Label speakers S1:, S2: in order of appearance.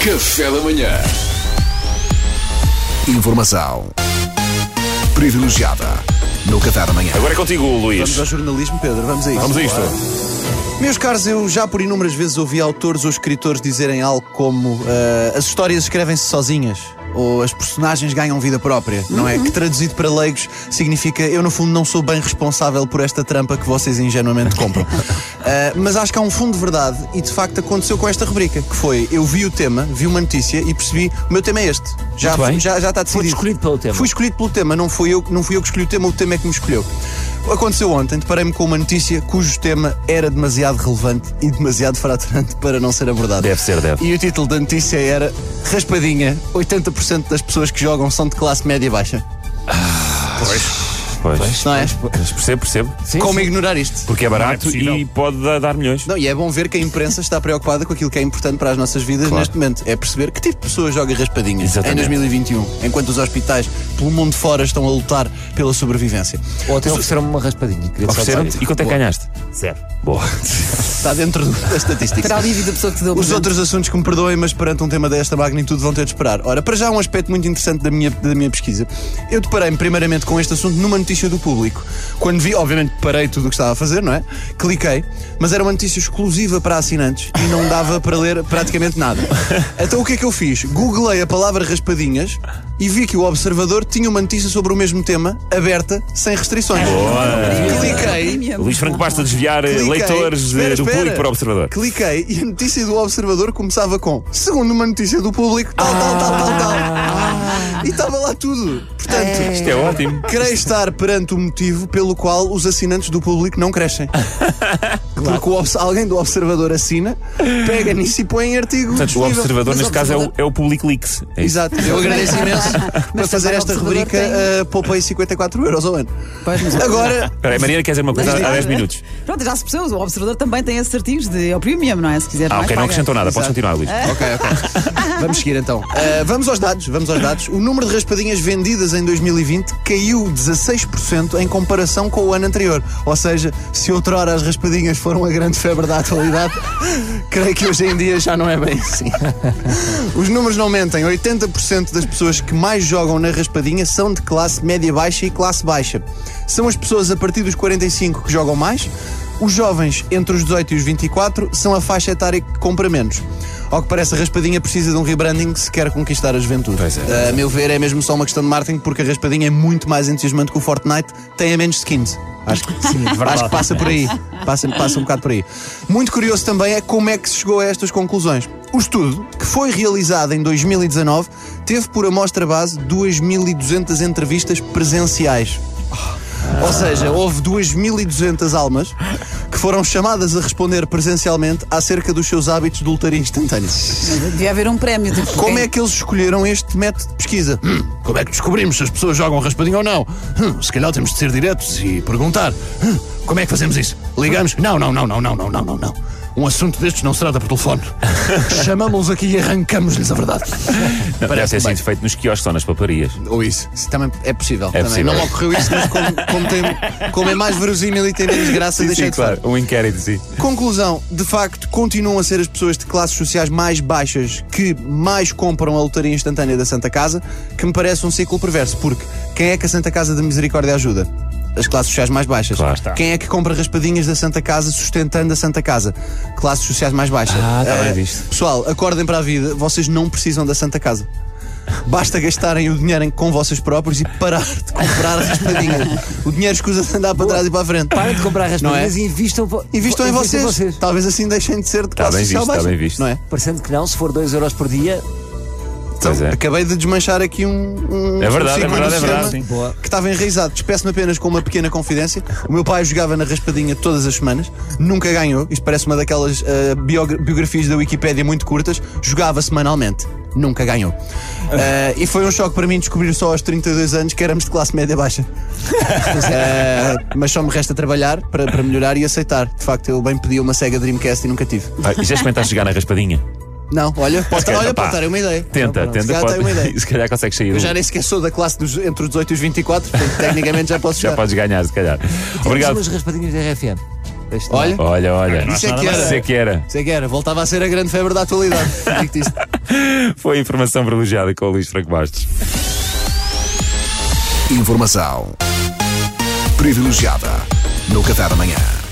S1: Café da Manhã. Informação privilegiada no Café da Manhã.
S2: Agora é contigo, Luís.
S3: Vamos ao jornalismo, Pedro, vamos a isto.
S2: Vamos a isto.
S3: Meus caros, eu já por inúmeras vezes ouvi autores ou escritores dizerem algo como ah, as histórias escrevem-se sozinhas ou as personagens ganham vida própria, não
S4: Uhum.
S3: é? Que traduzido para leigos significa eu, no fundo, não sou bem responsável por esta trampa que vocês ingenuamente compram. Ah, mas acho que há um fundo de verdade e de facto aconteceu com esta rubrica, que foi eu vi o tema, vi uma notícia e percebi o meu tema é este. Já,
S4: Muito bem.
S3: já, já está decidido.
S4: Foste escolhido pelo tema.
S3: Fui escolhido pelo tema, não fui eu, não fui eu que escolhi o tema, o tema é que me escolheu. Aconteceu ontem, deparei-me com uma notícia cujo tema era demasiado relevante e demasiado fraturante para não ser abordado.
S4: Deve ser, deve.
S3: E o título da notícia era Raspadinha, 80% das pessoas que jogam são de classe média e baixa.
S2: Pois.
S3: Não é?
S2: Mas percebo, percebo.
S3: Como ignorar isto?
S2: Porque é barato
S5: possível.
S2: e pode da- dar milhões.
S3: Não, e é bom ver que a imprensa está preocupada com aquilo que é importante para as nossas vidas neste momento. É perceber que tipo de pessoa joga raspadinha em
S2: Exatamente.
S3: 2021, enquanto os hospitais pelo mundo fora estão a lutar pela sobrevivência.
S4: Ontem ofereceram-me uma raspadinha. queria só
S2: Ofereceram-te?
S4: dizer
S2: E quanto é que ganhaste?
S4: isso. Zero.
S2: Boa.
S3: Está dentro do- da estatística.
S6: Terá vivido a pessoa que te deu o
S3: Os
S6: presente.
S3: outros assuntos que me perdoem, mas perante um tema desta magnitude vão ter de esperar. Ora, para já um aspecto muito interessante da minha, da minha pesquisa. Eu deparei-me primeiramente com este assunto numa notícia do público. Quando vi, obviamente, parei tudo o que estava a fazer, não é? Cliquei, mas era uma notícia exclusiva para assinantes e não dava para ler praticamente nada. Então o que é que eu fiz? Googlei a palavra raspadinhas e vi que o Observador tinha uma notícia sobre o mesmo tema, aberta, sem restrições. Cliquei,
S2: Luís Franco basta desviar eh,
S3: Cliquei.
S2: leitores de-
S3: Espera,
S2: do
S3: espera.
S2: público para o observador.
S3: Cliquei e a notícia do observador começava com segundo uma notícia do público, tal, tal, tal, tal, tal. E estava lá tudo. Portanto,
S2: Isto é ótimo.
S3: creio estar perante o motivo pelo qual os assinantes do público não crescem. Porque o obs- alguém do observador assina, pega nisso e põe em artigo.
S2: Portanto, o
S3: disponível.
S2: observador,
S6: Mas
S2: neste
S6: o
S2: caso, é o, é
S6: observador-
S2: o Public Leaks. É isso.
S3: Exato, eu agradeço imenso para fazer
S6: também o
S3: esta
S6: observador
S3: rubrica.
S6: tem-
S3: eh, poupei 54 euros ao ano.
S6: Pois, mas-
S3: Agora,
S2: Espera aí, Mariana quer dizer uma coisa há há 10 minutos.
S6: Pronto, já se percebeu, o observador também tem esses artigos de ao premium, não é? Se quiser
S2: Ah,
S6: mais
S2: ok, não
S6: paga.
S2: acrescentou nada. Podes continuar, Luís.
S3: Ok, ok. Vamos seguir então. Uh, vamos aos dados, vamos aos dados. O número de raspadinhas vendidas em 2020 caiu 16% em comparação com o ano anterior. Ou seja, se outrora as raspadinhas foram a grande febre da atualidade, creio que hoje em dia já não é bem assim. Os números não mentem. 80% das pessoas que mais jogam na raspadinha são de classe média-baixa e classe baixa. São as pessoas a partir dos 45 que jogam mais. Os jovens entre os 18 e os 24 são a faixa etária que compra menos. Ao que parece, a raspadinha precisa de um rebranding se quer conquistar a juventude. A meu ver, é mesmo só uma questão de marketing, porque a raspadinha é muito mais entusiasmante que o Fortnite, tem a menos skins. Acho que, é acho que passa por aí. Passa, passa um bocado por aí. Muito curioso também é como é que se chegou a estas conclusões. O estudo, que foi realizado em 2019, teve por amostra base 2.200 entrevistas presenciais. Ou seja, houve 2.200 almas que foram chamadas a responder presencialmente acerca dos seus hábitos de ultraria instantânea.
S6: Devia haver um prémio. Tipo,
S3: Como é que eles escolheram este método de pesquisa? Hum, como é que descobrimos se as pessoas jogam raspadinho ou não? Hum, se calhar temos de ser diretos e perguntar. Hum, como é que fazemos isso? Ligamos? Não, não, não, não, não, não, não, não, não. Um assunto destes não se trata por telefone. Chamamos-los aqui e arrancamos-lhes a verdade.
S2: Não, Deve ter
S3: Parece-me
S2: sido feito nos quiosques ou nas paparias.
S3: Ou isso. Isso também é possível. também.
S2: possível.
S3: Não me ocorreu isso, mas como, como tem- como é mais verosímil e tem menos graça, deixei de fora.
S2: Um inquérito, sim.
S3: Conclusão, de facto, continuam a ser as pessoas de classes sociais mais baixas que mais compram a lotaria instantânea da Santa Casa, que me parece um ciclo perverso, porque quem é que a Santa Casa de Misericórdia ajuda? As classes sociais mais baixas.
S2: Claro está.
S3: Quem é que compra raspadinhas da Santa Casa sustentando a Santa Casa? Classes sociais mais baixas.
S2: Ah, está bem
S3: Eh,
S2: visto.
S3: Pessoal, acordem para a vida, vocês não precisam da Santa Casa. Basta gastarem o dinheiro em- com vocês próprios e parar de comprar raspadinhas. O dinheiro escusa-se de andar para trás e para a frente.
S2: Tá
S4: Para de comprar raspadinhas
S3: Não é?
S4: e invistam, vo-
S3: Invistam em vocês. Talvez assim deixem de ser de classe
S2: bem
S3: social
S2: visto, tá
S3: baixa.
S2: bem visto.
S3: Não é?
S4: Parecendo que não, se for 2 euros por dia,
S3: Então,
S2: Pois é.
S3: Acabei de desmanchar aqui um. um
S2: É verdade, é
S3: ciclo
S2: verdade, é
S3: do
S2: verdade.
S3: sistema
S2: sim.
S4: boa.
S3: Que estava enraizado. Despeço-me apenas com uma pequena confidência. O meu pai jogava na raspadinha todas as semanas, nunca ganhou. Isto parece uma daquelas ah, biogra- biografias da Wikipédia muito curtas. Jogava semanalmente, nunca ganhou. Ah, e foi um choque para mim descobrir só aos 32 anos que éramos de classe média baixa. Ah, mas só me resta trabalhar para, para melhorar e aceitar. De facto, eu bem pedi uma Sega Dreamcast e nunca tive.
S2: Ah, e já experimentaste chegar na raspadinha?
S3: Não, olha, pode,
S2: calhar
S3: olha,
S2: tá,
S3: pode
S2: pá.
S3: dar uma ideia.
S2: Tenta,
S3: Se
S2: tenta.
S3: calhar tem uma ideia.
S2: Pode, se calhar consegues sair. um.
S3: Eu
S2: do-
S3: já nem sequer sou da classe dos, entre os 18 e os 24, portanto, tecnicamente já posso
S2: Já
S3: chegar.
S2: podes ganhar, se calhar.
S4: temos
S2: Obrigado.
S4: umas raspadinhas da RFM. Este não.
S3: Olha,
S2: Olha, olha.
S3: Isso é
S2: Não há
S3: que era.
S2: nada a dizer que era.
S3: sei que era, voltava a ser a grande febre da atualidade. Digo-te isto.
S2: Foi a informação privilegiada com o Luís Franco Bastos.
S1: Informação privilegiada no Café da Manhã.